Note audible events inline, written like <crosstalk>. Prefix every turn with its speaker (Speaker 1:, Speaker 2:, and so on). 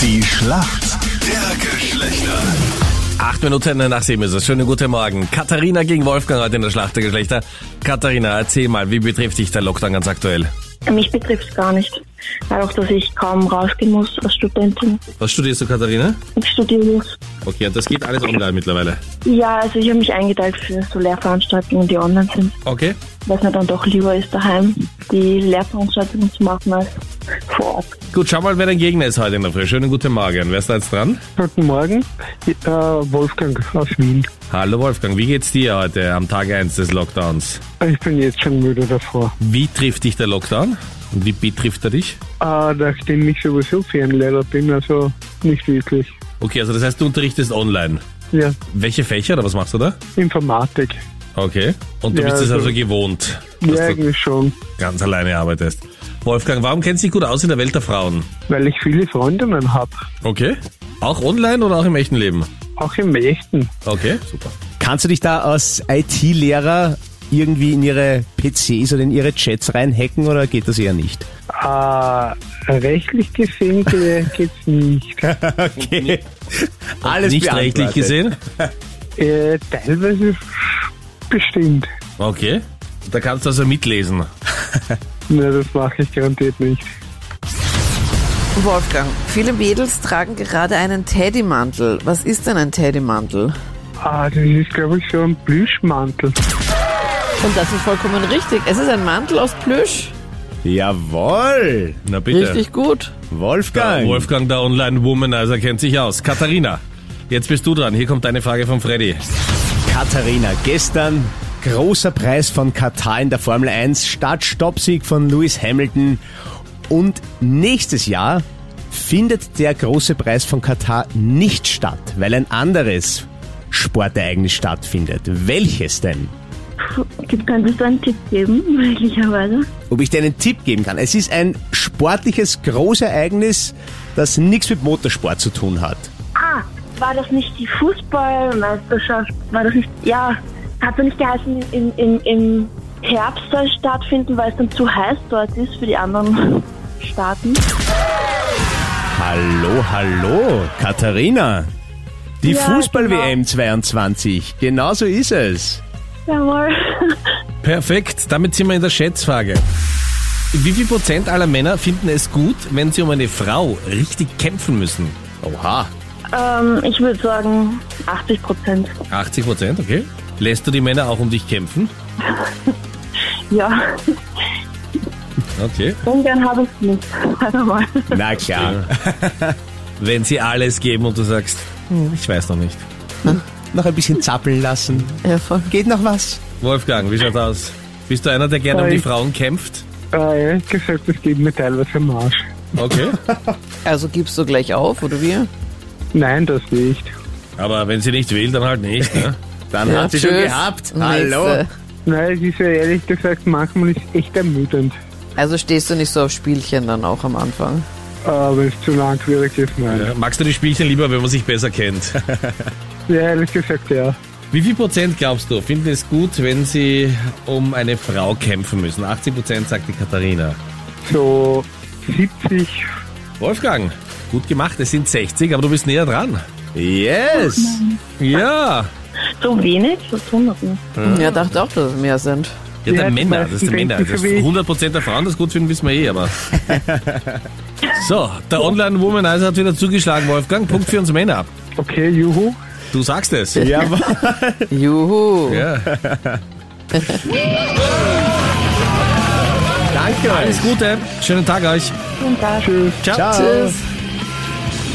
Speaker 1: Die Schlacht der Geschlechter.
Speaker 2: Acht Minuten nach sieben ist es. Schönen guten Morgen. Katharina gegen Wolfgang heute in der Schlacht der Geschlechter. Katharina, erzähl mal, wie betrifft dich der Lockdown ganz aktuell?
Speaker 3: Mich betrifft es gar nicht. Dadurch, dass ich kaum rausgehen muss als Studentin.
Speaker 2: Was studierst du, Katharina?
Speaker 3: Ich studiere jetzt.
Speaker 2: Okay, und das geht alles online mittlerweile.
Speaker 3: Ja, also ich habe mich eingeteilt für so Lehrveranstaltungen, die online sind,
Speaker 2: Okay.
Speaker 3: weil es mir dann doch lieber ist, daheim die Lehrveranstaltungen zu machen als vor Ort.
Speaker 2: Gut, schau mal, wer dein Gegner ist heute in der Früh. Schönen guten Morgen. Wer ist da jetzt dran?
Speaker 4: Guten Morgen, äh, Wolfgang aus Wien.
Speaker 2: Hallo Wolfgang, wie geht's dir heute am Tag 1 des Lockdowns?
Speaker 4: Ich bin jetzt schon müde davor.
Speaker 2: Wie trifft dich der Lockdown? Und wie betrifft er dich?
Speaker 4: Äh, nachdem ich sowieso Fernlehrer bin, also nicht wirklich.
Speaker 2: Okay, also das heißt, du unterrichtest online.
Speaker 4: Ja,
Speaker 2: Welche Fächer oder was machst du da?
Speaker 4: Informatik.
Speaker 2: Okay. Und du
Speaker 4: Ja,
Speaker 2: bist es
Speaker 4: also-
Speaker 2: also gewohnt, dass
Speaker 4: Ja,
Speaker 2: du
Speaker 4: eigentlich schon.
Speaker 2: ganz alleine arbeitest. Wolfgang, warum kennst du dich gut aus in der Welt der Frauen?
Speaker 4: Weil ich viele Freundinnen habe.
Speaker 2: Okay. Auch online oder auch im echten Leben?
Speaker 4: Auch im Echten.
Speaker 2: Okay, super.
Speaker 5: Kannst du dich da als IT-Lehrer irgendwie in ihre PCs oder in ihre Chats reinhacken oder geht das eher nicht?
Speaker 4: Äh, rechtlich gesehen ge <laughs> geht's nicht.
Speaker 5: Okay. Alles
Speaker 2: Nicht
Speaker 5: beantwortet.
Speaker 2: rechtlich gesehen?
Speaker 4: Äh, teilweise bestimmt.
Speaker 2: Okay. Da kannst du also mitlesen.
Speaker 4: Na, das mache ich garantiert nicht.
Speaker 6: Wolfgang, viele Mädels tragen gerade einen Teddymantel. Was ist denn ein Teddymantel?
Speaker 4: Ah, das ist, glaube ich, so ein Plüschmantel.
Speaker 6: Und das ist vollkommen richtig. Es ist ein Mantel aus Plüsch.
Speaker 5: Jawohl!
Speaker 2: Na bitte.
Speaker 6: Richtig gut.
Speaker 5: Wolfgang!
Speaker 2: Der Wolfgang, der Online-Womanizer, kennt sich aus. Katharina, jetzt bist du dran. Hier kommt deine Frage von Freddy.
Speaker 5: Katharina, gestern großer Preis von Katar in der Formel 1, Start-Stopp-Sieg von Lewis Hamilton und nächstes Jahr findet der große Preis von Katar nicht statt, weil ein anderes Sportereignis stattfindet. Welches denn?
Speaker 3: Gibt- Könntest du einen Tipp geben, <laughs> möglicherweise?
Speaker 5: ob ich dir einen Tipp geben kann. Es ist ein sportliches Großereignis, das nichts mit Motorsport zu tun hat.
Speaker 3: Ah, war das nicht die Fußballmeisterschaft? War das nicht, ja, hat das nicht geheißen, im, im, im Herbst soll es stattfinden, weil es dann zu heiß dort ist für die anderen Staaten?
Speaker 5: Hallo, hallo, Katharina. Die
Speaker 3: Ja,
Speaker 6: genau.
Speaker 5: Fußball-WM 22, genau so ist es.
Speaker 3: Jawohl.
Speaker 2: Perfekt, damit sind wir in der Schätzfrage. Wie viel Prozent aller Männer finden es gut, wenn sie um eine Frau richtig kämpfen müssen?
Speaker 5: Oha,
Speaker 3: ähm, ich würde sagen 80 Prozent.
Speaker 2: 80 Prozent, okay. Lässt du die Männer auch um dich kämpfen?
Speaker 3: Ja, <laughs>
Speaker 2: Okay.
Speaker 3: ungern habe ich es nicht. Warte mal.
Speaker 6: <laughs>
Speaker 5: na klar.
Speaker 2: Wenn sie alles geben und du sagst, "Hm, ich weiß noch nicht.
Speaker 5: Noch ein bisschen zappeln lassen.
Speaker 6: Ja, voll.
Speaker 5: Geht noch was?
Speaker 2: Wolfgang, wie schaut's aus? Bist du einer, der gerne um
Speaker 4: Hi.
Speaker 2: die Frauen kämpft?
Speaker 4: Äh, ehrlich gesagt, das geht mir teilweise am Arsch.
Speaker 2: Okay.
Speaker 6: Also gibst du gleich auf, oder wie?
Speaker 4: Nein, das nicht.
Speaker 2: Aber wenn sie nicht will, dann halt nicht. Ne?
Speaker 5: Dann
Speaker 6: Ja,
Speaker 5: hat sie schon
Speaker 6: tschüss.
Speaker 5: gehabt.
Speaker 6: Nächste.
Speaker 5: Hallo.
Speaker 4: Nein, es ist ja ehrlich gesagt, manchmal ist es echt ermüdend,
Speaker 6: Also stehst du nicht so auf Spielchen dann auch am Anfang.
Speaker 4: äh, wenn es zu langwierig ist. Nein.
Speaker 2: Ja, Magst du die Spielchen lieber, wenn man sich besser kennt?
Speaker 4: Ja. ehrlich gesagt, ja.
Speaker 2: Wie viel Prozent glaubst du, finden es gut, wenn sie um eine Frau kämpfen müssen? 80 Prozent, sagt die Katharina.
Speaker 4: So 70,
Speaker 2: Wolfgang, gut gemacht, es sind 60, aber du bist näher dran.
Speaker 5: Yes.
Speaker 2: Ja,
Speaker 3: So wenig? Was tun wir denn?
Speaker 6: Ja, dachte auch, dass es mehr sind.
Speaker 2: ja, der
Speaker 4: Ja, die
Speaker 2: Männer, das ist
Speaker 4: meisten
Speaker 2: der Männer.
Speaker 4: denken
Speaker 2: Das
Speaker 4: so wie ich.
Speaker 2: 100 Prozent der Frauen das gut finden, wissen wir eh, <laughs> aber... So, der Online-Womanizer hat wieder zugeschlagen, Wolfgang. Punkt für uns Männer.
Speaker 4: okay, juhu.
Speaker 2: Du sagst es.
Speaker 5: Jawohl.
Speaker 6: Juhu.
Speaker 2: Ja.
Speaker 5: Danke euch.
Speaker 2: Alles Gute, schönen Tag euch.
Speaker 3: Vielen Dank.
Speaker 2: Ciao.
Speaker 5: Ciao.